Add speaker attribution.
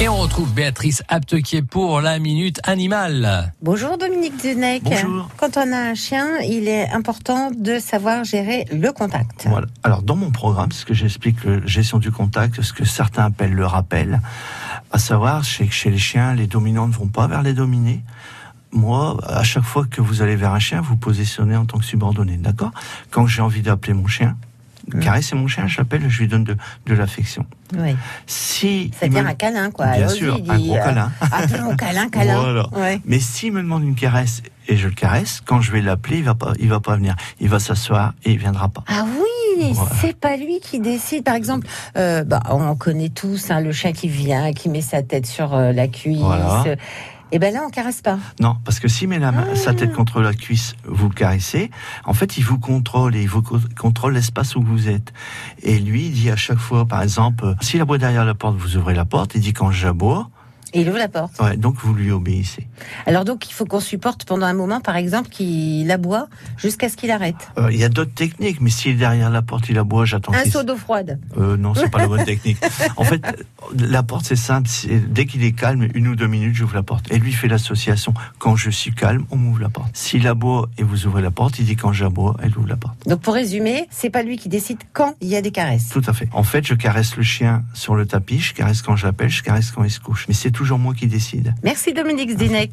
Speaker 1: Et on retrouve Béatrice Aptequier pour la Minute Animale.
Speaker 2: Bonjour Dominique Dunec.
Speaker 3: Bonjour.
Speaker 2: Quand on a un chien, il est important de savoir gérer le contact.
Speaker 3: Voilà. Alors, dans mon programme, c'est ce que j'explique, euh, gestion du contact, ce que certains appellent le rappel, à savoir, c'est que chez les chiens, les dominants ne vont pas vers les dominés. Moi, à chaque fois que vous allez vers un chien, vous positionnez en tant que subordonné, d'accord Quand j'ai envie d'appeler mon chien, caresser mon chien, je l'appelle, je lui donne de, de l'affection.
Speaker 2: Oui.
Speaker 3: Si il
Speaker 2: C'est-à-dire
Speaker 3: me-
Speaker 2: un câlin, quoi.
Speaker 3: Bien
Speaker 2: Allons-y,
Speaker 3: sûr,
Speaker 2: dis,
Speaker 3: un gros
Speaker 2: euh,
Speaker 3: câlin.
Speaker 2: Appelons câlin, câlin.
Speaker 3: Voilà.
Speaker 2: Ouais.
Speaker 3: Mais s'il me demande une caresse et je le caresse, quand je vais l'appeler, il va pas, il va pas venir. Il va s'asseoir et il viendra pas.
Speaker 2: Ah oui,
Speaker 3: Voilà.
Speaker 2: c'est pas lui qui décide. Par exemple, euh, bah, on connaît tous hein, le chien qui vient, qui met sa tête sur euh, la cuisse.
Speaker 3: Voilà.
Speaker 2: Et ben là, on caresse pas.
Speaker 3: Non, parce que s'il met la main- sa tête contre la cuisse, vous le caressez. En fait, il vous contrôle et il vous co- contrôle l'espace où vous êtes. Et lui, il dit à chaque fois, par exemple, euh, s'il aboie derrière la porte, vous ouvrez la porte. Il dit quand j'aboie,
Speaker 2: Et il ouvre la porte.
Speaker 3: ouais, donc vous lui obéissez.
Speaker 2: Alors donc, il faut qu'on supporte pendant un moment, par exemple, qu'il aboie jusqu'à ce qu'il arrête.
Speaker 3: Euh, Il y a d'autres techniques, mais s'il est derrière la porte, il aboie, j'attends
Speaker 2: Un
Speaker 3: qu'il
Speaker 2: seau d'eau froide.
Speaker 3: Euh, non, c'est pas la bonne technique. En fait, euh, la porte, c'est simple. C'est- Dès qu'il est calme, une ou deux minutes, j'ouvre la porte. Et lui il fait l'association. Quand je suis calme, on m'ouvre la porte. S'il aboie et vous ouvrez la porte, il dit quand j'aboie, elle ouvre la porte.
Speaker 2: Donc pour résumer, c'est pas lui qui décide quand il y a des caresses.
Speaker 3: Tout à fait. En fait, je caresse le chien sur le tapis, je caresse quand je l'appelle, je caresse quand il se couche. Mais c'est toujours moi qui décide.
Speaker 2: Merci Dominique Zdenek.